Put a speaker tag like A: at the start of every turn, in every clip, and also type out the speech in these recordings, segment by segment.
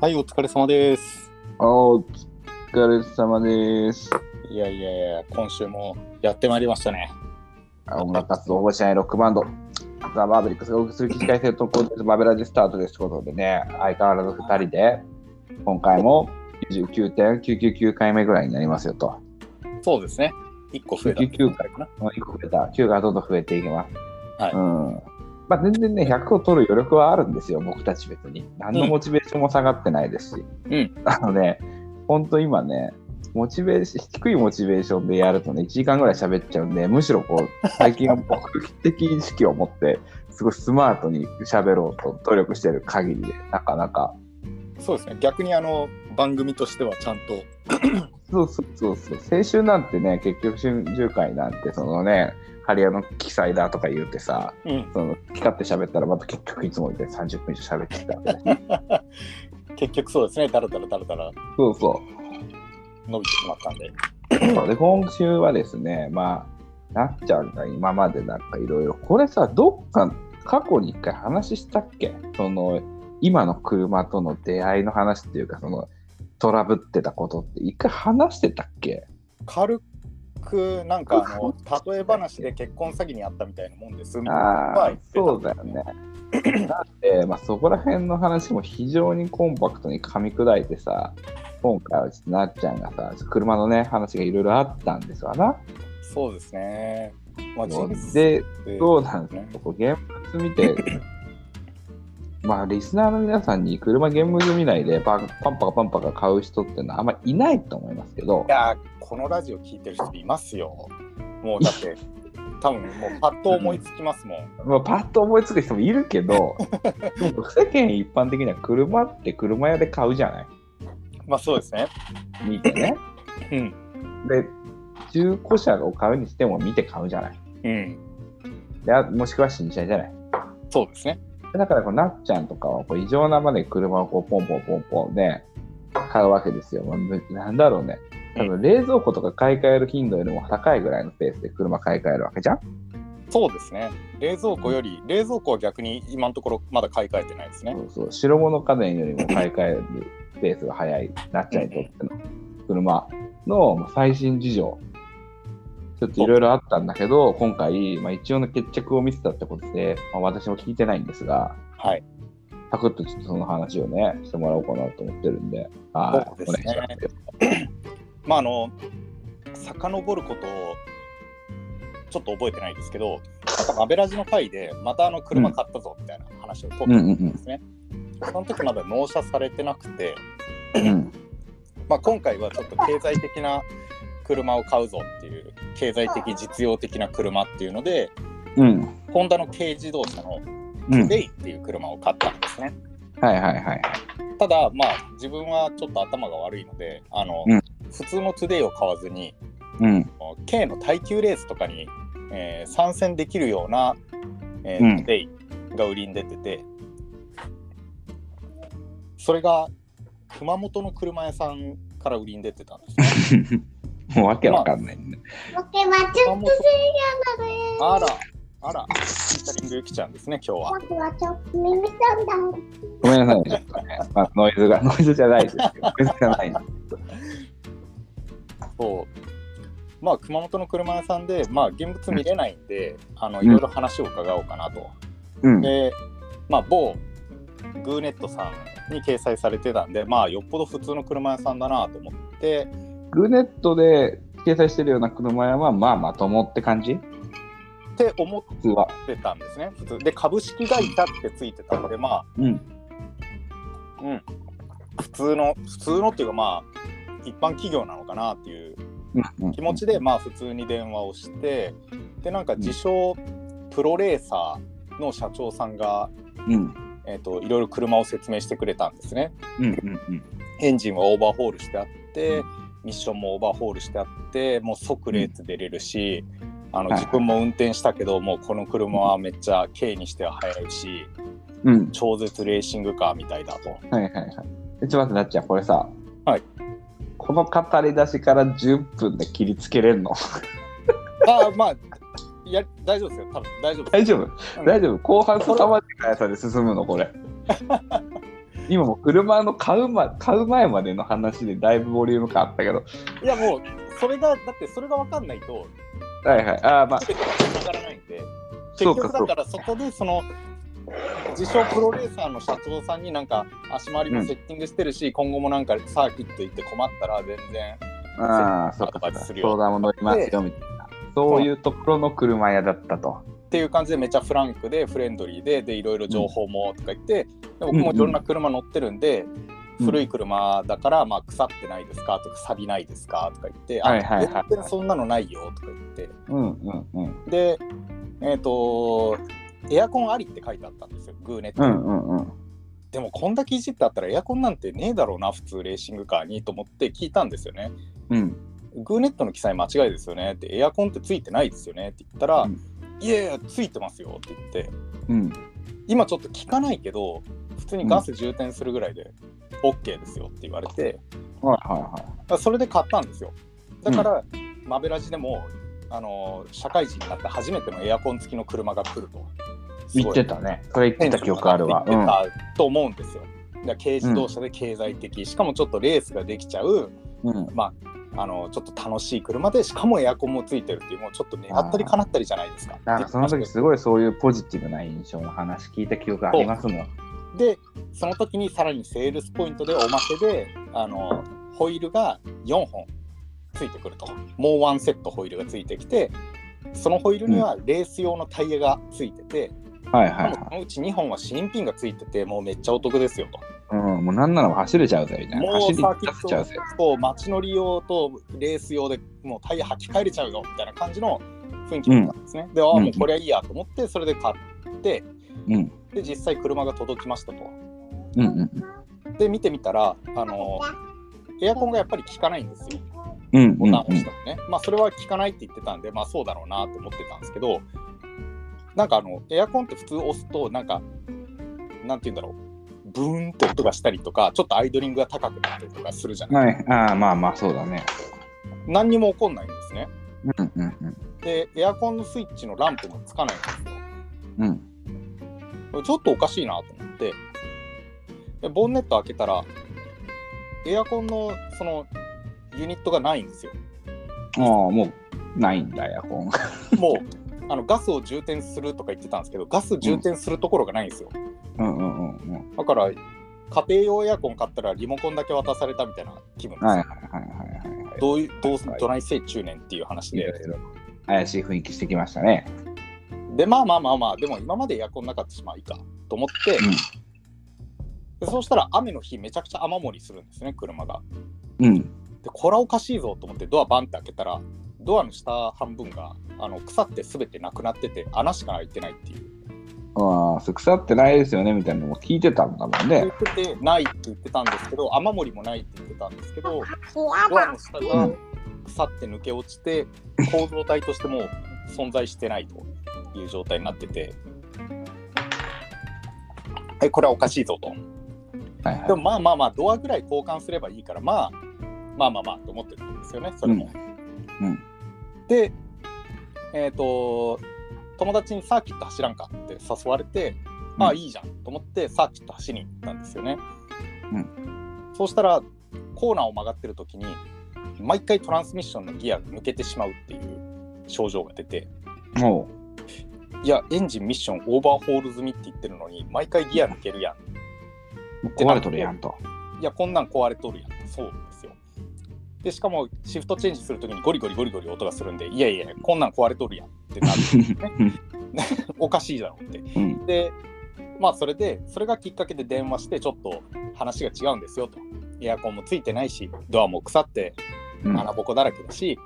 A: はい、お疲れ様です。
B: お疲れ様です。
A: いやいやいや、今週もやってまいりましたね。
B: 音楽活動保護者へロックバンド、ザ・バーブリックスがお送りする機械性とコンテンツバベラジスタートですということでね、相変わらず2人で、今回も99.999回目ぐらいになりますよと。
A: そうですね。1個増えた。
B: 99回
A: かな。
B: 1個増えた、9がどんどん増えていきます。
A: はい
B: うんまあ、全然ね、100を取る余力はあるんですよ、僕たち別に。何のモチベーションも下がってないですし。
A: うん
B: あのね、ほんと今ね、モチベーション、低いモチベーションでやるとね、1時間ぐらい喋っちゃうんで、むしろこう、最近は目的意識を持って、すごいスマートに喋ろうと努力してる限りで、なかなか。
A: そうですね。逆にあの、番組としてはちゃんと。
B: そうそうそうそう。先週なんてね、結局、春秋会なんて、そのね、刈谷の記載だとか言うてさ、
A: うん。
B: その光って喋ったらまた結局いつもみたいに30分以上喋ってきたわけだし
A: 結局そうですね。だらだらだらだら
B: そうそ
A: 伸びてしまったんで。
B: うで今週はですねまあなっちゃんが今までなんかいろいろこれさどっか過去に一回話したっけその今の車との出会いの話っていうかそのトラブってたことって一回話してたっけ
A: 軽く、なんかあの、例え話で結婚詐欺にあったみたいなもんです。みたいなこと
B: あ
A: は
B: あ
A: 言ってた
B: そうだよね。なんで、まあ、そこら辺の話も非常にコンパクトに噛み砕いてさ今回はちょっとなっちゃんがさ車のね話がいろいろあったんですわな。
A: そうですね。まあ、人生
B: で
A: って
B: そうなんですよ、こう現物見て、 まあ、リスナーの皆さんに車現物見ないでパンパンパカパンパカ買う人ってのはあんまりいないと思いますけど
A: い、やーこのラジオ聞いてる人いますよ。もうだ って、多分もうパッと思いつきますもん。
B: まあ、パッと思いつく人もいる けど、でも世間一般的には車って車屋で買うじゃない
A: まあそうですね。
B: 見てね。
A: うん。
B: で、中古車を買うにしても見て買うじゃない
A: うん。
B: であもしくは新車じゃない
A: そうですね。
B: だからこうなっちゃんとかはこう異常なまで車をこうポンポンポンポンね買うわけですよ。まあむなんだろうね。多分冷蔵庫とか買い替える頻度よりも高いぐらいのペースで車買い替えるわけじゃん
A: そうですね。冷蔵庫より、冷蔵庫は逆に今のところまだ買い替えてないですね
B: そ。うそう白物家電よりも買い替えるペースが早いなっちゃんにとっての車のまあ最新事情。ちょっといろいろあったんだけど、今回、まあ、一応の決着を見てたってことで、まあ、私も聞いてないんですが、
A: はい。
B: サクッとちょっとその話をね、してもらおうかなと思ってるんで、はい、
A: そうですね
B: お願いしますよ
A: まああの、遡ることをちょっと覚えてないですけど、なんかアベラジの回で、またあの車買ったぞみたいな話を取
B: う
A: っ
B: んうん
A: たんですね。その時まだ納車されてなくて、
B: うんうん。
A: まあ、今回はちょっと経済的な車を買うぞっていう経済的実用的な車っていうので
B: うん。
A: ホンダの軽自動車の
B: うん。
A: レイっていう車を買ったんですね
B: はいはいはい。
A: ただまあ自分はちょっと頭が悪いのであの、
B: うん
A: 普通のトゥデイを買わずに
B: うん。
A: 軽の耐久レースとかに、えー参戦できるような、えー
B: うん
A: トゥデイが売りに出ててそれが熊本の車屋さんから売りに出てたんですね
B: もうわけわかんないね。
C: 僕はちょっとするよ
A: あら、あら、フィーチャリングゆきちゃんですね、今日は。
C: 僕はちょっと耳たんだもん。
B: ごめんなさいね、 ちょっとね。まあ、ノイズが、ノイズじゃないですけど、ノイズがないんで
A: そう。まあ、熊本の車屋さんで、まあ、現物見れないんで、あの、
B: うん
A: いろいろ話を伺おうかなと。
B: うん。
A: で、まあ、某グーネットさんに掲載されてたんで、まあ、よっぽど普通の車屋さんだなと思って、
B: グーネットで掲載してるような車屋は、まあまともって感じ
A: って思っ
B: 普通は。
A: てたんですね、普通。で、株式会社ってついてたんで、ま
B: うん。
A: あ、うん、普通の、普通のっていうか、まあ、一般企業なのかなっていう
B: うん。
A: 気持ちでまあ普通に電話をしてでなんか自称プロレーサーの社長さんが、
B: うん。
A: えー、といろいろ車を説明してくれたんですね
B: うん。うん。うん。
A: エンジンはオーバーホールしてあってミッションもオーバーホールしてあってもう即レース出れるし、あの
B: はい
A: 自分も運転したけどもうこの車はめっちゃ軽にしては速いし
B: うん。
A: 超絶レーシングカーみたいだと
B: はいはいはい。えちょっと待って、なっちゃん、これさ。
A: はい。
B: この語り出しから10分で切りつけれんの
A: あーまあいや大丈夫ですよ多分大丈夫です
B: 大丈夫
A: うん
B: 大丈夫後半すさまじい速さで進むのこれ。今もう車の買う,、ま、買う前までの話でだいぶボリューム感あったけど、
A: いやもうそれがだってそれが分かんないと
B: はいはい。ああ、まあ、
A: 全てが繋がらないんで結
B: そうか
A: 局だからそこでその自称プロレーサーの社長さんになんか足回りもセッティングしてるし、今後もなんかサーキット行って困ったら全然
B: ああ、そうか
A: アドバ
B: そう
A: イ
B: か。
A: スするよ
B: 相談も乗りますよ、みたいな。そういうところの車屋だったと。
A: っていう感じでめちゃフランクでフレンドリーででいろいろ情報もとか言って、で僕もいろんな車乗ってるんで、
B: うん
A: 古い車だからまあ腐ってないですかとか錆びないですかとか言って、
B: はいはいはい
A: あ全然そんなのないよとか言って
B: うんうんうん。
A: でえっ、とエアコンありって書いてあったんですよグーネット、
B: うんうんうん。
A: でもこんだけいじってあったらエアコンなんてねえだろうな普通レーシングカーにと思って聞いたんですよね
B: うん。
A: グーネットの記載間違いですよねってエアコンってついてないですよねって言ったら、
B: うん
A: いやいやついてますよって言って
B: うん。
A: 今ちょっと聞かないけど普通にガス充填するぐらいで OK ですよって言われて、
B: はいはいはい。
A: だからそれで買ったんですよだから、マベラジでもあのー社会人になって初めてのエアコン付きの車が来るとす
B: 言
A: ご
B: っ
A: い
B: てたね。それ言ってた記憶あるわ。う
A: 言
B: ん。
A: ってたと思うんですよ、だから軽自動車で経済的、しかもちょっとレースができちゃう
B: うん、
A: あのちょっと楽しい車でしかもエアコンもついてるっていうもうちょっと願ったりかなったりじゃないですか。
B: なんかその時すごいそういうポジティブな印象の話聞いた記憶ありますもん。
A: でその時にさらにセールスポイントでおまけであのホイールが4本ついてくるともうワンセットホイールがついてきてそのホイールにはレース用のタイヤがついてて、
B: はいはい
A: しかも
B: は
A: そのうち2本は新品がついててもうめっちゃお得ですよと。
B: い。うん、もうなんなら走れちゃうぜみたい
A: も
B: な。走
A: う
B: り
A: サ
B: 出
A: ーキ
B: せちゃうぜ
A: ッ。トと街乗り用とレース用でもうタイヤ履き替えれちゃうよみたいな感じの雰囲気だったんですね。で、ああ、
B: うん
A: もうこれはいいやと思って、それで買って、
B: うん。
A: で、実際車が届きましたと。
B: うんうん
A: で、見てみたら、あの、エアコンがやっぱり効かないんですよ。
B: うん
A: ボ
B: うん
A: タンを押したらね。まあ、それは効かないって言ってたんで、まあ、そうだろうなと思ってたんですけど、なんかあの、エアコンって普通押すと、なんか、なんて言うんだろう、ブーンって音がしたりとか、ちょっとアイドリングが高くなったりとかするじゃない
B: はい、ああまあまあそうだね。
A: 何にも起こんないんですね。
B: うんうん
A: で、エアコンのスイッチのランプもつかないんですよ
B: うんうん。
A: これ。ちょっとおかしいなと思って、でボンネット開けたら、エアコンのそのユニットがないんですよ。
B: ああもうないんだエアコン。
A: もうあのガスを充填するとか言ってたんですけど、ガス充填するところがないんですよ。
B: うんうんうんうん。
A: だから、家庭用エアコン買ったらリモコンだけ渡されたみたいな気分です。
B: はいはいはいはいはい。
A: どういうどうすどないせい中年っていう話
B: い
A: で
B: ろいろ怪しい雰囲気してきましたね。
A: でまあまあまあまあでも今までエアコンなかったしまあいいかと思って、でそうしたら雨の日めちゃくちゃ雨漏りするんですね車が。
B: うん。
A: でこれはおかしいぞと思ってドアバンって開けたらドアの下半分があの腐って全てなくなってて穴しか開いてないっていう。
B: ああそ腐ってないですよねみたいなのも聞いてたんだもん
A: 言
B: ね。
A: っててないって言ってたんですけど雨漏りもないって言ってたんですけどドアの下
B: う
A: が
B: ん
A: 腐って抜け落ちて構造体としてもう存在してないという状態になってて。えこれはおかしいぞと。
B: はいはい
A: でも。まあまあまあドアぐらい交換すればいいからまあまあまあまあと思ってるんですよねそれも。
B: うん
A: でえっ、と友達にサーキット走らんかって誘われて、
B: うん
A: ああいいじゃんと思ってサーキット走りに行ったんですよね。
B: う
A: そうしたらコーナーを曲がってる時に毎回トランスミッションのギアが抜けてしまうっていう症状が出て。
B: も
A: いやエンジンミッションオーバーホール済みって言ってるのに毎回ギア抜けるやん
B: うもう壊れとるやんと。
A: いやこんなん壊れとるやんそうですよでしかもシフトチェンジするときにゴリゴリゴリゴリ音がするんでいやいやこんなん壊れとるやんってなる おかしいだろうって
B: うん
A: でまあそれでそれがきっかけで電話してちょっと話が違うんですよとエアコンもついてないしドアも腐って
B: うん
A: 穴ぼこだらけだし、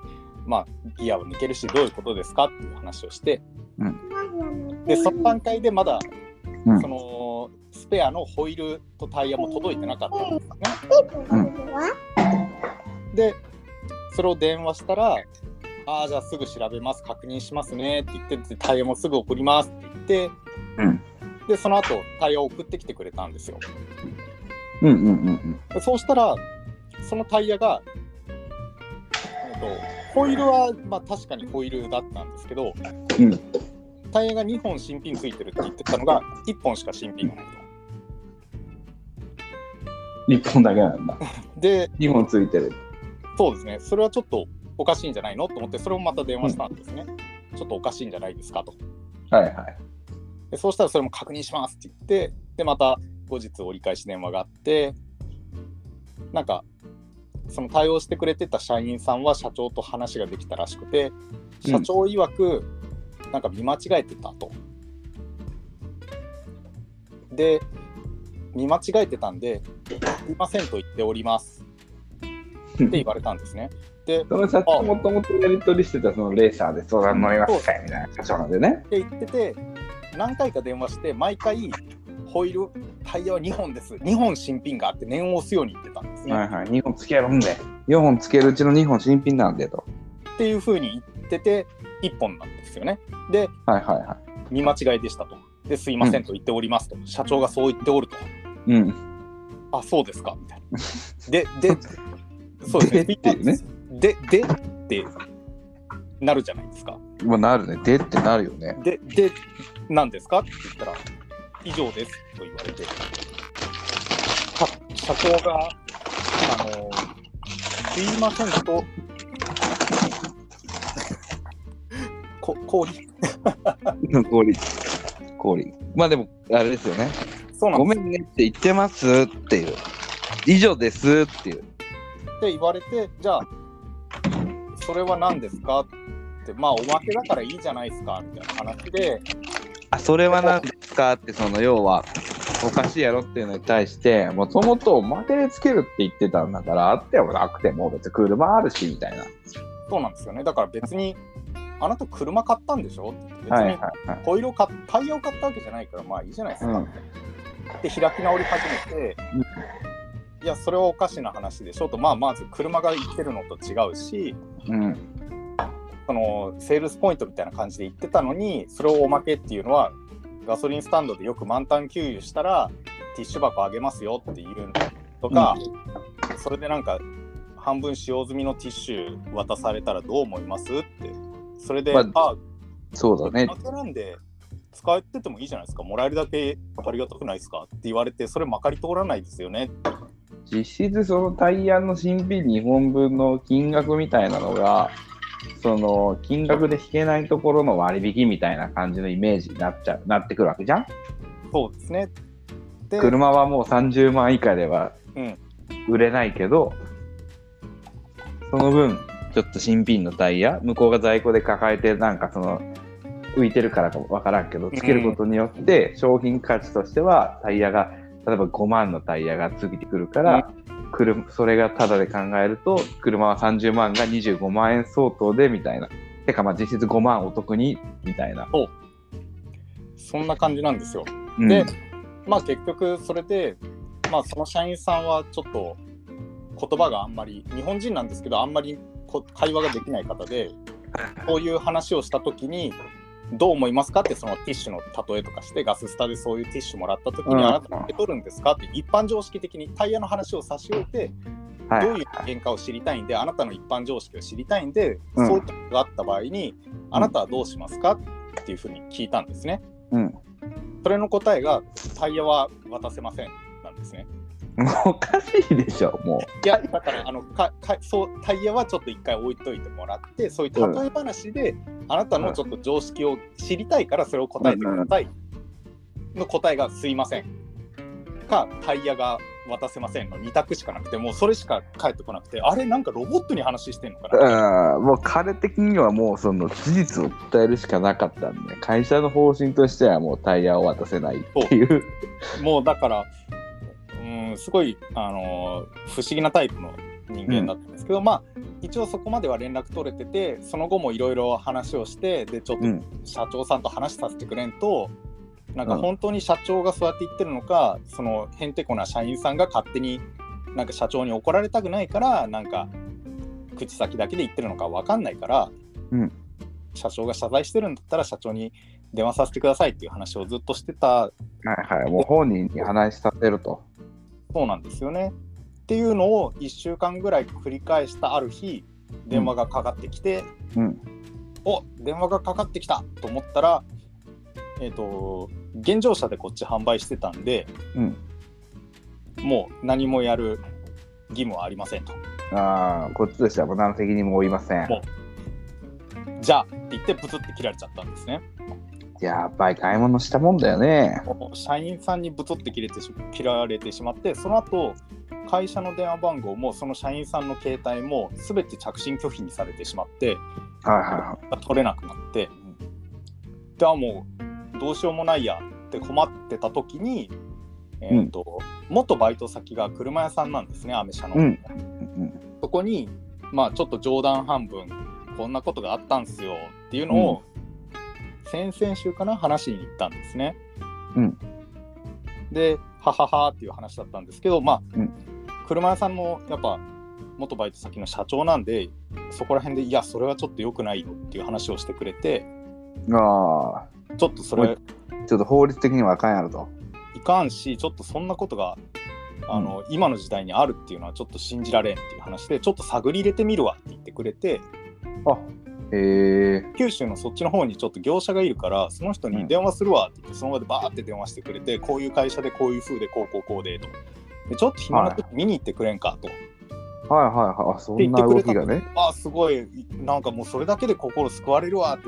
A: まあギアを抜けるしどういうことですかっていう話をしてでその段階でまだ
B: うん
A: そのスペアのホイールとタイヤも届いてなかったんですよねでそれを電話したら「ああじゃあすぐ調べます確認しますね」って言ってでタイヤもすぐ送りますって言って、
B: うん
A: でその後タイヤを送ってきてくれたんですよ
B: うんうんうん
A: でそうしたらそのタイヤが、えっとホイールは、まあ、確かにホイールだったんですけど
B: うんうん
A: タイヤが2本新品ついてるって言ってたのが1本しか新品がないと。
B: 一本だけなんだ。
A: で、
B: 二本ついてる。
A: そうですね、それはちょっとおかしいんじゃないのと思って、それもまた電話したんですね。ちょっとおかしいんじゃないですかと。
B: はいはい。
A: でそうしたらそれも確認しますって言って、で、また後日折り返し電話があって、なんか、その対応してくれてた社員さんは社長と話ができたらしくて、
B: うん
A: 社長曰く、なんか見間違えてたと。で、見間違えてたんで、すいませんと言っておりますって言われたんですね。で、
B: その社長もともとやり取りしてたそのレーサーで相談乗りましたよみたいな社長なんでね。
A: って言ってて何回か電話して毎回ホイールタイヤは2本です2本新品があって念を押すように言ってたんですね、
B: はいはい。二本つけるんで。四本つけるうちの二本新品なんでと。
A: っていうふうに言ってて1本なんですよねで
B: はいはいは
A: 見間違いでしたとですいませんと言っておりますと、社長がそう言っておると
B: い。うん。
A: あそうですかみたい なででそうですね
B: でっていうね
A: ででってなるじゃないですか
B: まあ、なるね。でってなるよね。
A: で、で、何ですかって言ったら、以上ですと言われて、社社長が、あの、すいませんと、こ氷、
B: 氷。氷。まあでも、あれですよね。
A: そうなん
B: ご
A: で
B: め
A: す
B: んねって言ってますっていう。以上ですっていう。
A: って言われて、じゃあ、それは何ですかって、まあ、おまけだからいいじゃないですか、みたいな話で、
B: あ、それは何ですかって、その要は、おかしいやろっていうのに対して、もともとおまけでつけるって言ってたんだから、あってもなくても別に車あるし、みたいな。
A: そうなんですよね。だから別に、あなた車買ったんでしょって別に、
B: はいはいはい。
A: ホイールを買っタイヤを買ったわけじゃないから、まあいいじゃないですか。
B: うん
A: で開き直り始めて、いやそれはおかしな話でしょと、まあ、まず車が言ってるのと違うし
B: うん。
A: そのセールスポイントみたいな感じで言ってたのにそれをおまけっていうのはガソリンスタンドでよく満タン給油したらティッシュ箱あげますよっていうのとか、それでなんか半分使用済みのティッシュ渡されたらどう思いますってそれで、
B: まあ
A: あ
B: そうだね
A: お。まけなんで使っててもいいじゃないですかもらえるだけありがたくないですかって言われてそれまかり通らないですよね
B: 実質そのタイヤの新品2本分の金額みたいなのが、その金額で引けないところの割引みたいな感じのイメージになっちゃう、なってくるわけじゃん
A: そうですねで
B: 車はもう30万以下では
A: うん
B: 売れないけど、その分ちょっと新品のタイヤ向こうが在庫で抱えてなんかその浮いてるからかわからんけどつけることによって商品価値としてはタイヤが例えば5万のタイヤがついてくるから、車それがタダで考えると車は30万が25万円相当でみたいな。てかまあ実質5万お得にみたいな。
A: そんな感じなんですよ
B: うん
A: でまあ結局それでまあその社員さんはちょっと言葉があんまり日本人なんですけどあんまりこ会話ができない方でそういう話をした時にどう思いますかってそのティッシュの例えとかしてガススタでそういうティッシュもらった時に
B: うん
A: あなた受け取るんですかって一般常識的にタイヤの話を差し置いて
B: はい
A: どういう喧嘩を知りたいんで、あなたの一般常識を知りたいんで、
B: うん
A: そういったことがあった場合に、あなたはどうしますかっていうふうに聞いたんですね。
B: うん
A: それの答えが、タイヤは渡せませんなんですね。
B: おかしいでしょも
A: いや、だからあのかかそう、タイヤはちょっと一回置いといてもらって、そういう例え話で、あなたのちょっと常識を知りたいから、それを答えてください。の答えが、すいません。か、タイヤが渡せませんの2択しかなくて、もうそれしか返ってこなくて、あれ、なんかロボットに話してんのか
B: う。
A: な
B: うんもう彼的にはもうその事実を伝えるしかなかったんで会社の方針としてはもうタイヤを渡せないっていう
A: もうだから、うん、すごい、あのー不思議なタイプの人間だったんですけど、まあ一応そこまでは連絡取れててその後もいろいろ話をしてでちょっ
B: うん
A: と社長さんと話させてくれんと、なんか
B: うん
A: 本当に社長がそうやって言ってるのかそのへんてこな社員さんが勝手になんか社長に怒られたくないからなんか口先だけで言ってるのか分かんないから、
B: うん
A: 社長が謝罪してるんだったら社長に電話させてくださいっていう話をずっとしてた
B: はいはいもう本人に話しさせると
A: そうなんですよね。っていうのを1週間ぐらい繰り返したある日電話がかかってきて、
B: うん
A: お電話がかかってきたと思ったらえっ、と現場車でこっち販売してたんで
B: うん
A: もう何もやる義務はありませんと。
B: ああ、こっちとしてはもう何の責任も負いません。
A: もじゃあって言って、ブツって切られちゃったんですね。
B: やっぱり買い物したもんだよね。
A: もう社員さんにブツって切れてし切られてしまって、その後会社の電話番号も、その社員さんの携帯も、すべて着信拒否にされてしまって、
B: はいはいは
A: 取れなくなって、ではもうどうしようもないやって困ってた時に、えーと元バイト先が車屋さんなんですねアメ車の、
B: うんい。うん
A: そこにまあちょっと冗談半分こんなことがあったんすよっていうのを、先々週かな話に行ったんですね、
B: うん
A: ではははっていう話だったんですけどまあ、
B: うん
A: 車屋さんもやっぱ元バイト先の社長なんでそこら辺でいやそれはちょっと良くないよっていう話をしてくれて
B: うんああ、
A: ちょっとそれ
B: ちょっと法律的にはあかんやろと。
A: いかんしちょっとそんなことがあの、今の時代にあるっていうのはちょっと信じられんっていう話でちょっと探り入れてみるわって言ってくれて
B: あへえ
A: 九州のそっちの方にちょっと業者がいるからその人に電話するわって言ってその場でバーって電話してくれてこういう会社でこういう風でこうこうこうでとでちょっと暇な時見に行ってくれんかと、
B: はいはいはいあ。
A: っ
B: そ
A: て
B: ん
A: 言って
B: な
A: く
B: 動
A: れ
B: き
A: た
B: が
A: の
B: ね。
A: あすごいなんかもうそれだけで心救われるわって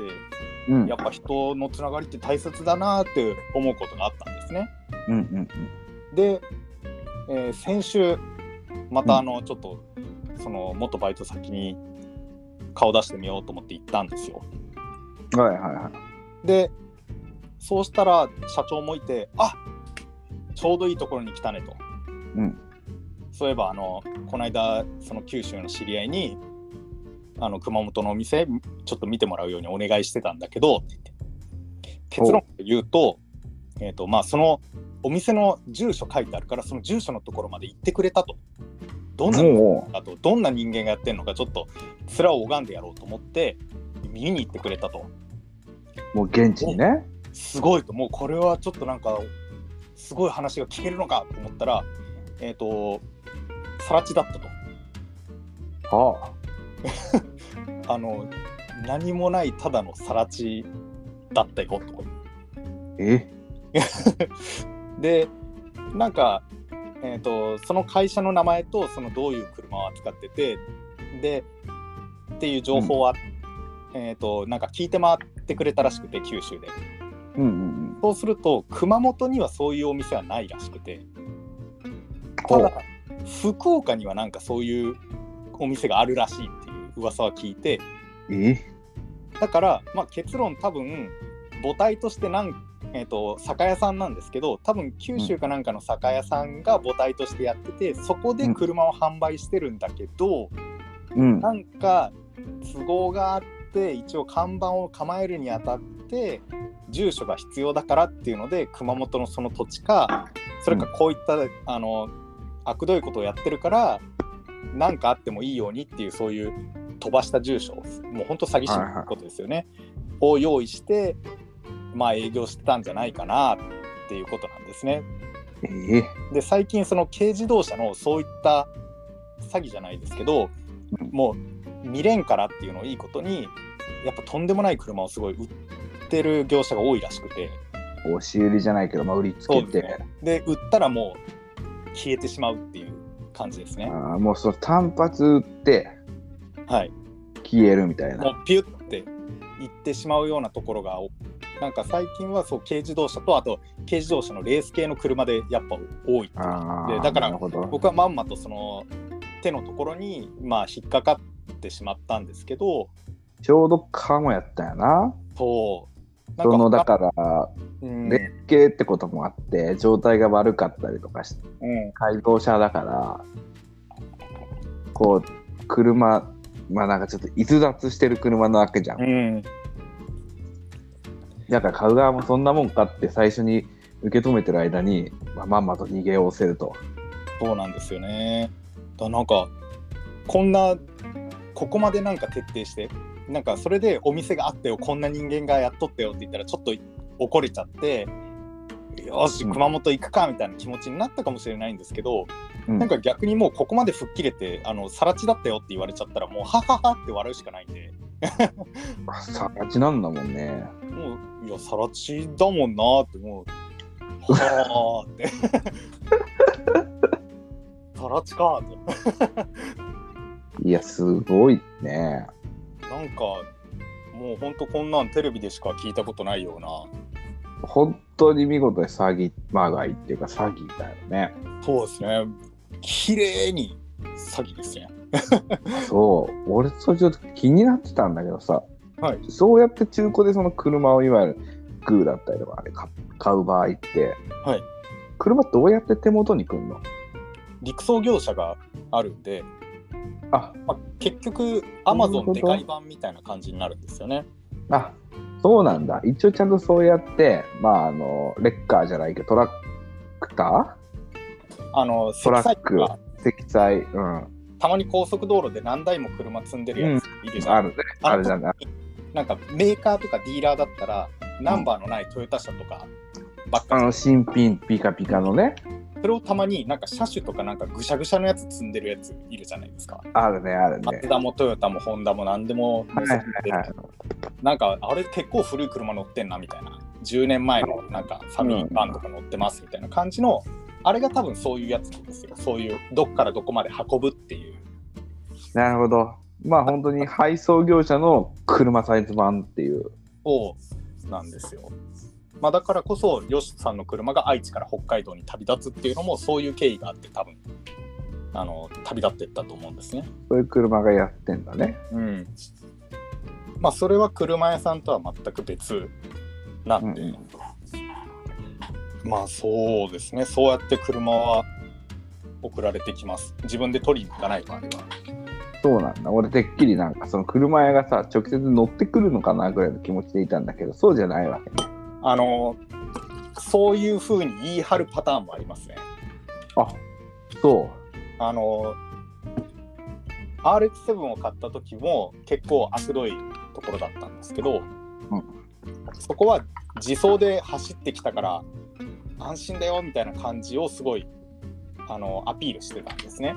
B: うん。
A: やっぱ人のつながりって大切だなって思うことがあったんですね。
B: うんうん
A: で、えー先週また
B: うん
A: あのちょっと、その元バイト先に顔出してみようと思って行ったんですよ
B: うん。はいはいはい。
A: でそうしたら社長もいてあちょうどいいところに来たねと、
B: うん
A: そういえばあのこの間その九州の知り合いにあの熊本のお店ちょっと見てもらうようにお願いしてたんだけどって言って結論を言うと,、えーとまあ、そのお店の住所書いてあるからその住所のところまで行ってくれたとどんな
B: も
A: あとどんな人間がやってるのかちょっと面を拝んでやろうと思って見に行ってくれたと
B: う、もう現地にね。
A: すごいともうこれはちょっとなんかすごい話が聞けるのかと思ったらえっ、とさら地だったと
B: は
A: あの何もないただのさら地だったよと
B: あ。え
A: でなんか、えー、とその会社の名前とそのどういう車を扱っててでっていう情報は、えー、となんか聞いて回ってくれたらしくて九州で
B: うんうん
A: そうすると熊本にはそういうお店はないらしくて
B: ほ
A: た
B: う
A: だ福岡にはなんかそういうお店があるらしいっていう噂は聞いて
B: うん。え
A: だから、まあ、結論多分母体としてなん、えー、と酒屋さんなんですけど多分九州かなんかの酒屋さんが母体としてやっててそこで車を販売してるんだけど、
B: うん。
A: なんか都合があって一応看板を構えるにあたって住所が必要だからっていうので熊本のその土地かそれかこういった、あの悪どいことをやってるから何かあってもいいようにっていうそういう飛ばした住所もうほんと詐欺師のことですよね、を用意してまあ営業してたんじゃないかなっていうことなんですね。
B: ええ
A: で最近その軽自動車のそういった詐欺じゃないですけど
B: うん
A: もう未練からっていうのをいいことにやっぱとんでもない車をすごい売ってる業者が多いらしくて
B: 押し売りじゃないけど、まあ、売りつけて、
A: ねで売ったらもう消えてしまうっていう感じです
B: あ
A: ね
B: ーもうその単発売って
A: はい
B: 消えるみたい
A: も
B: な。
A: うピュッていってしまうようなところがおなんか最近はそう軽自動車とあと軽自動車のレース系の車でやっぱ多いっていう
B: あー
A: でだから
B: なるほど。
A: 僕はまんまとその手のところにまあ引っかかってしまったんですけど
B: ちょうどカもやったんやな。
A: そうなん
B: そ
A: か
B: のだから、
A: うん
B: レッケってこともあって、状態が悪かったりとかして、
A: うん
B: 改造車だから、こう、車、まあなんかちょっと逸脱してる車なわけじゃん。
A: うん
B: だから買う側もそんなもんかって最初に受け止めてる間に、まあ、まんまと逃げおせると。
A: そうなんですよねだなんかこんなここまでなんか徹底してなんかそれでお店があったよこんな人間がやっとったよって言ったらちょっと怒れちゃってよし
B: うん
A: 熊本行くかみたいな気持ちになったかもしれないんですけど、
B: うん
A: なんか逆にもうここまで吹っ切れてあのさら地だったよって言われちゃったらもうハハハって笑うしかないんで。
B: あさらちなんだもんね。
A: もういやさら ちだもんなーってもうはあってさらちかと
B: いや、すごいね。
A: なんかもうほんとこんなんテレビでしか聞いたことないような
B: 本当に見事に詐欺まがいっていうか詐欺だよね。
A: そうですね綺麗に詐欺ですね
B: そう。俺、それちょっと気になってたんだけどさ、
A: はい
B: そうやって中古でその車をいわゆるグーだったりとかあれか買う場合って、
A: はい
B: 車どうやって手元に来るの
A: 陸送業者があるんで、
B: あ
A: まあ、結局
B: なるほ
A: Amazon
B: ど
A: でかい版みたいな感じになるんですよね
B: あそうなんだ。一応ちゃんとそうやって、まあ、あの、レッカーじゃないけど、トラクタ
A: あの
B: トラック
A: 積載機が
B: ー積載、うん、
A: たまに高速道路で何台も車積んでるやついるじゃん、
B: あるね。あるじゃない。
A: なんかメーカーとかディーラーだったらナンバーのないトヨタ車とかばっか
B: あ
A: り、
B: の、新品、ピカピカのね。
A: それをたまになんか車種とかなんかぐしゃぐしゃのやつ積んでるやついるじゃないですか。
B: あるね、ある
A: マツ
B: ね。
A: ダもトヨタもホンダも何でも乗せてる
B: はいはい
A: なんかあれ結構古い車乗ってんなみたいな10年前のなんかファミリーバンとか乗ってますみたいな感じのあれが多分そういうやつなんですよそういうどっからどこまで運ぶっていう
B: なるほど。まあ、本当に配送業者の車サイズ版っていう。
A: そうなんですよ。まあ、だからこそ、ヨシさんの車が愛知から北海道に旅立つっていうのも、そういう経緯があって、多分あの旅立っていったと思うんですね。
B: そういう車がやってんだね。
A: うん。まあ、それは車屋さんとは全く別なんで、
B: うん
A: まあ、そうですね、そうやって車は送られてきます。自分で取りに行かない場合は。
B: そうなんだ。俺、てっきりなんか、その車屋がさ、直接乗ってくるのかなぐらいの気持ちでいたんだけど、そうじゃないわけ。
A: あのそういうふうに言い張るパターンもありますね。
B: あそ
A: あの RX7 を買った時も結構あくどいところだったんですけど、
B: うん
A: そこは自走で走ってきたから安心だよみたいな感じをすごいあのアピールしてたんですね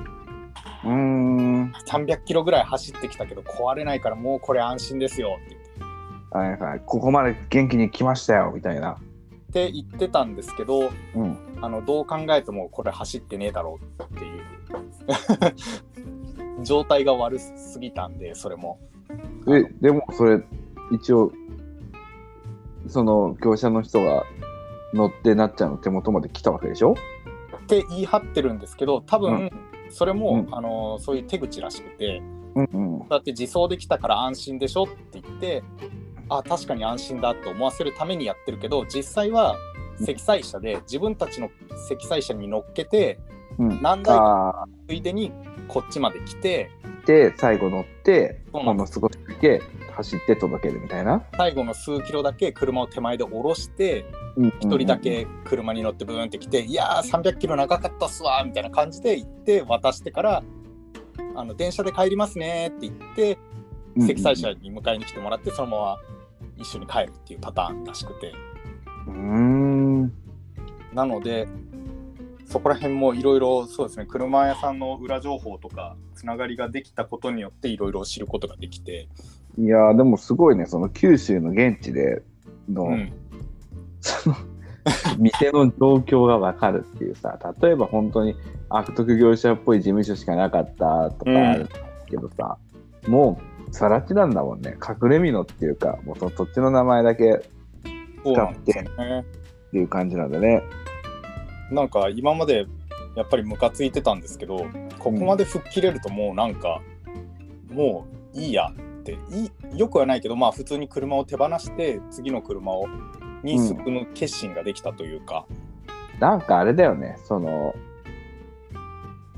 B: う。うーん。
A: 300キロぐらい走ってきたけど壊れないからもうこれ安心ですよって言って
B: はいはい。ここまで元気に来ましたよ、みたいな。
A: って言ってたんですけど
B: うん。
A: あのどう考えてもこれ走ってねえだろうっていう 状態が悪すぎたんでそれも
B: え、でも、それ、一応、その、業者の人が乗ってなっちゃんの手元まで来たわけでしょ
A: って言い張ってるんですけど多分それも、
B: う
A: あのそういう手口らしくて
B: うんうん。
A: だって自走できたから安心でしょって言ってあ確かに安心だと思わせるためにやってるけど実際は積載車で自分たちの積載車に乗っけて
B: うん、
A: 何台か
B: あ
A: ついでにこっちまで来て
B: ーで最後乗って
A: そうな
B: ほ
A: んん
B: の
A: です
B: ごいだけ走って届けるみたいな
A: 最後の数キロだけ車を手前で下ろして
B: 一
A: 1人だけ車に乗ってブーンって来て「いやー300キロ長かったっすわ」みたいな感じで行って渡してから「あの電車で帰りますね」って言って積載車に迎えに来てもらってそのまま一緒に帰るっていうパターンらしくて
B: うんうん
A: なのでそこら辺もいろいろそうですね車屋さんの裏情報とかつながりができたことによっていろいろ知ることができて、
B: いやーでもすごいねその九州の現地での、
A: うん、
B: その店の状況が分かるっていうさ例えば本当に悪徳業者っぽい事務所しかなかったとかあるけどさ、もうさらちなんだもんね隠れ蓑っていうかもうその土地の名前だけっ
A: そうなんですよね。
B: ていう感じなんだね
A: なんか今までやっぱりムカついてたんですけどここまで吹っ切れるともうなんか、もういいやっていいよくはないけどまあ普通に車を手放して次の車をに進む決心ができたというか、
B: なんかあれだよね、その、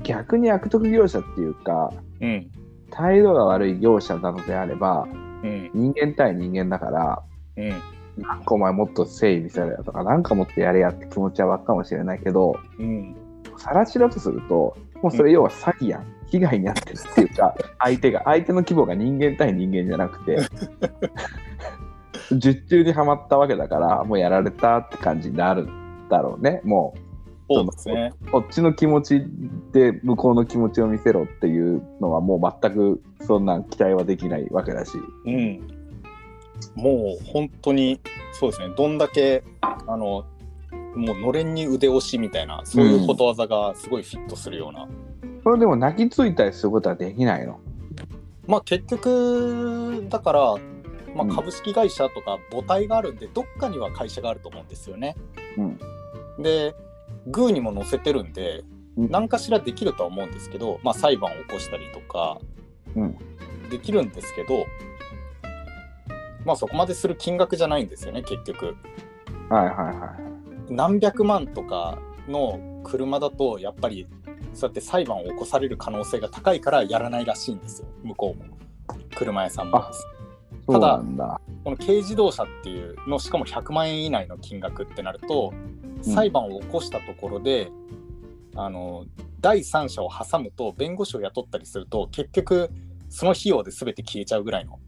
B: 逆に悪徳業者っていうか、
A: うん
B: 態度が悪い業者なのであれば、
A: うん
B: 人間対人間だから、
A: うん
B: なんかお前もっと誠意見せろよとか、なんかもっとやれやって気持ちは湧くかもしれないけど、
A: うん
B: さらしだとすると、もうそれ要は詐欺やん。被害になってるっていう か、相手が、相手の規模が人間対人間じゃなく て、術中にはまったわけだから、もうやられたって感じになるだろうね、もう。
A: そうですね
B: こっちの気持ちで向こうの気持ちを見せろっていうのはもう全くそんな期待はできないわけだし。
A: うんもう本当にそうですねどんだけあのもうのれんに腕押しみたいなそういうことわざがすごいフィットするような
B: それでも泣きついたりすることはできないの。
A: まあ結局だから、まあ、
B: うん
A: 株式会社とか母体があるんで、どっかには会社があると思うんですよね。
B: うん
A: でグーにも載せてるんで
B: うん
A: 何かしらできるとは思うんですけど、まあ、裁判を起こしたりとか
B: うん
A: できるんですけど、まあそこまでする金額じゃないんですよね結局。
B: はいはいはい。
A: 何百万とかの車だとやっぱりそうやって裁判を起こされる可能性が高いからやらないらしいんですよ向こうも車屋さんも
B: あそうなんだ。
A: この軽自動車っていうのしかも100万円以内の金額ってなると
B: うん
A: 裁判を起こしたところで、あの第三者を挟むと弁護士を雇ったりすると結局その費用で全て消えちゃうぐらいの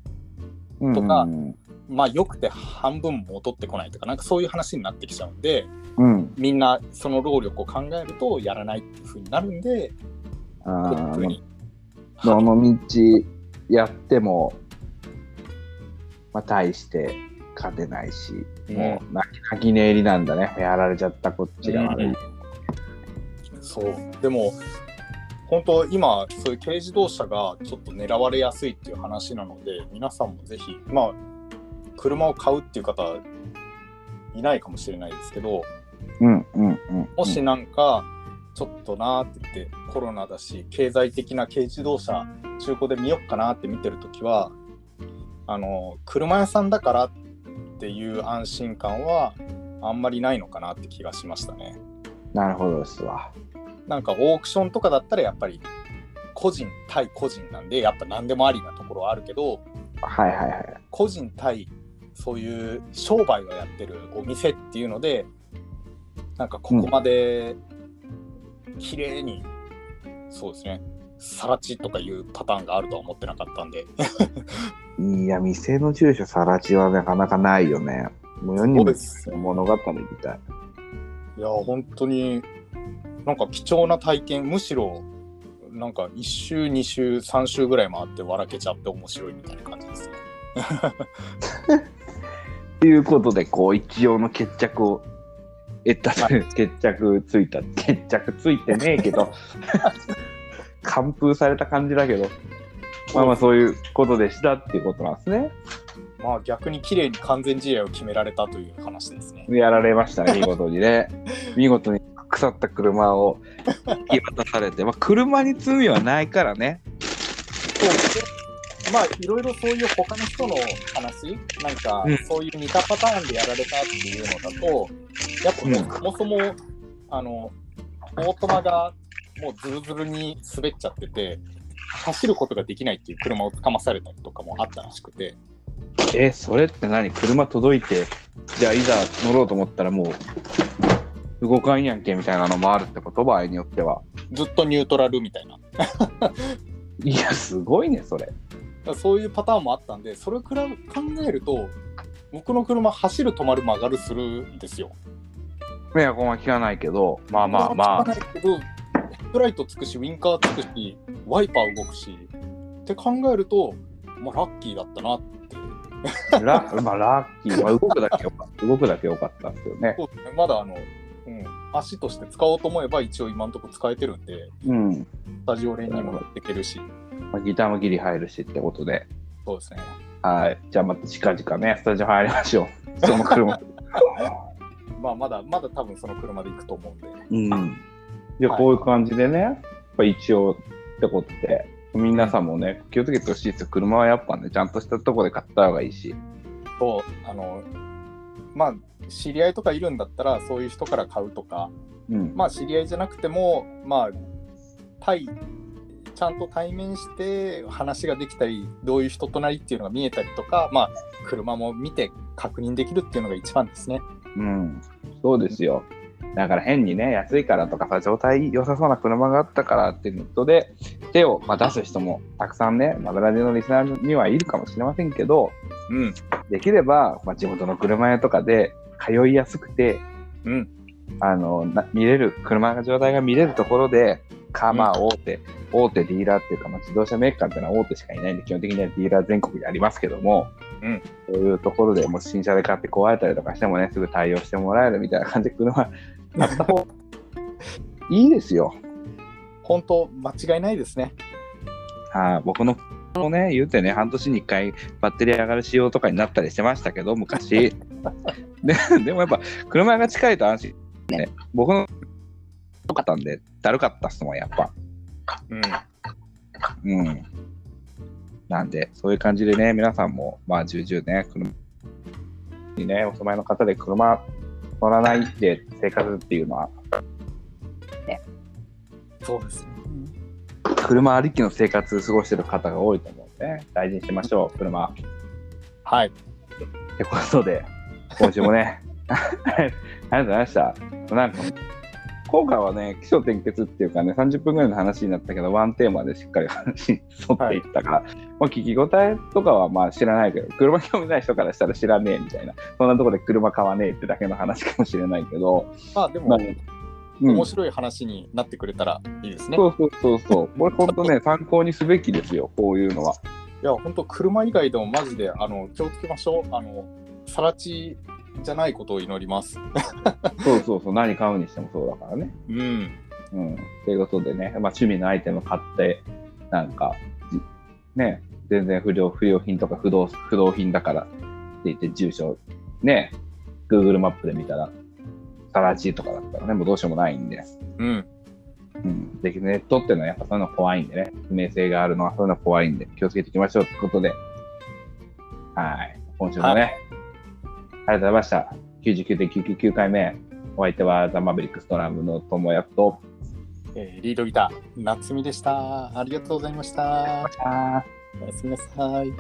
B: うん
A: とか
B: うん
A: まあよくて半分戻ってこないとかなんかそういう話になってきちゃうんで。
B: うん。
A: みんなその労力を考えるとやらないっていうふうになるんで、
B: あ
A: トッ
B: あ
A: プに。
B: どの道やっても、まあ、大して勝てないし、もう泣き泣き寝入りなんだね。やられちゃったこっちが悪い。
A: そうでも本当今そういう軽自動車がちょっと狙われやすいっていう話なので皆さんもぜひまあ車を買うっていう方いないかもしれないですけど
B: うんうんうん。
A: もしなんかちょっとなーって言ってコロナだし経済的な軽自動車中古で見よっかなって見てるときはあの車屋さんだからっていう安心感はあんまりないのかなって気がしましたね。
B: なるほどですわ。
A: なんかオークションとかだったらやっぱり個人対個人なんでやっぱ何でもありなところはあるけど
B: はいはいはい。
A: 個人対そういう商売をやってるお店っていうのでなんかここまで綺麗に、そうですねさらちとかいうパターンがあるとは思ってなかったんで
B: いや、店の住所さらちはなかなかないよね。もう世に
A: そう
B: も
A: ですよ
B: 物語みたい。
A: いや本当になんか貴重な体験むしろなんか1週2週3週ぐらい回って笑けちゃって面白いみたいな感じですね。
B: ということで、こう、一応の決着を得たという、決着ついた、決着ついてねえけど、 完封された感じだけど、まあまあそういうことでしたっていうことなんですね。
A: まあ逆に綺麗に完全試合を決められたという話ですね。
B: やられましたね、見事にね。見事に腐った車を引き渡されて、まあ車に罪はないからね。
A: まあいろいろそういう他の人の話なんか
B: うん
A: そういう似たパターンでやられたっていうのだとやっぱもう
B: うん
A: そもそもあのオートマがもうズルズルに滑っちゃってて走ることができないっていう車をつかまされたりとかもあったらしくて
B: え、それって何車届いて、じゃあいざ乗ろうと思ったらもう、動かんやんけみたいなのもあるってこと場合によっては。
A: ずっとニュートラルみたいない
B: や、すごいね、それ。
A: だからそういうパターンもあったんでそれくらい考えると僕の車走る止まる曲がるするんですよ。
B: 迷惑は聞かないけど、まあま あまあ、
A: つかないけど、ヘッドライトつくし、ウィンカーつくし、ワイパー動くし、って考えると、まあ、ラッキーだったなって。
B: ラまあ、ラッキー、まあ、動くだけよかった、動くだけよかったんですよね。
A: そうですねまだあの、うん、足として使おうと思えば、一応今のところ使えてるんで、
B: うん。
A: スタジオ連にも乗っていけるし、
B: まあ、ギターもギリ入るしってことで、
A: そうですね。
B: はい。じゃあまた近々ね、スタジオ入りましょ う。その車。
A: まあ、まだ、まだ多分その車で行くと思うんで。
B: うん。じゃあこういう感じでね、やっぱ一応ってことで、皆さんもね、気をつけてほしいですよ。車はやっぱね、ちゃんとしたとこで買った方がいいし。
A: と、あの、まあ、知り合いとかいるんだったら、そういう人から買うとか、
B: うん。
A: まあ知り合いじゃなくても、まあ、対ちゃんと対面して話ができたりどういう人となりっていうのが見えたりとか、まあ、車も見て確認できるっていうのが一番ですね。
B: うん、そうですよ。だから変にね、安いからとかさ、状態良さそうな車があったからっていうネットで手を、まあ、出す人もたくさんね、マブラジのリスナーにはいるかもしれませんけど、
A: うん、
B: できれば、まあ、地元の車屋とかで通いやすくて、
A: うん、
B: あのな見れる車の状態が見れるところで、かまあ大手、大手ディーラーっていうか、まあ、自動車メーカーっていうのは大手しかいないんで、基本的にはディーラー全国にありますけども、
A: うん
B: そういうところでもう新車で買って壊れたりとかしてもね、すぐ対応して もらえるみたいな感じで車買った方がいいですよ。
A: 本当、間違いないですね。
B: はい、僕のもね、言うてね、半年に1回バッテリー上がる仕様とかになったりしてましたけど、昔。ででもやっぱ、車が近いと安心。ね、僕の、良かったんで、だるかったっすもん、やっぱ。
A: うん。
B: うん。なんで、そういう感じでね、皆さんも、まあ、重々ね、車にね、お住まいの方で車乗らないで生活っていうのは、
A: そうですね。
B: 車ありきの生活過ごしてる方が多いと思うんで、ね、大事にしましょう、車。
A: はい。
B: ってことで、今週もね、 ありがとうございました。なんか、今回はね、起承転結っていうかね、30分ぐらいの話になったけど、ワンテーマでしっかり話に沿っていったから、まあ、聞き応えとかはまあ知らないけど、車興味ない人からしたら知らねえみたいな、そんなとこで車買わねえってだけの話かもしれないけど、
A: まあ、で
B: ま
A: も
B: あ、うん
A: 面白い話になってくれたらいいですね。
B: そうそうそうそう、これ本当ね、参考にすべきですよ、こういうのは。
A: いや、本当、車以外でもマジであの気をつけましょう。あの更地じゃないことを祈ります。
B: そうそうそう、何買うにしてもそうだからね。
A: うん。
B: うん。ということでね、まあ、趣味のアイテム買って、なんか、じね、全然不良不良品とか不動不動品だからって言って、住所、ね、Google マップで見たら、サラチとかだったらね、もうどうしようもないんで、
A: うん。
B: うん。で、ネットってのはやっぱそういうの怖いんでね、不明性があるのはそういうの怖いんで、気をつけていきましょうということで、はい。今週もね、ありがとうございました。99.999回目、お相手はザ・マベリックストラムの友也と、
A: えーリードギター、夏美でした。ありがとうございました。
B: あー
A: おやすみなさい。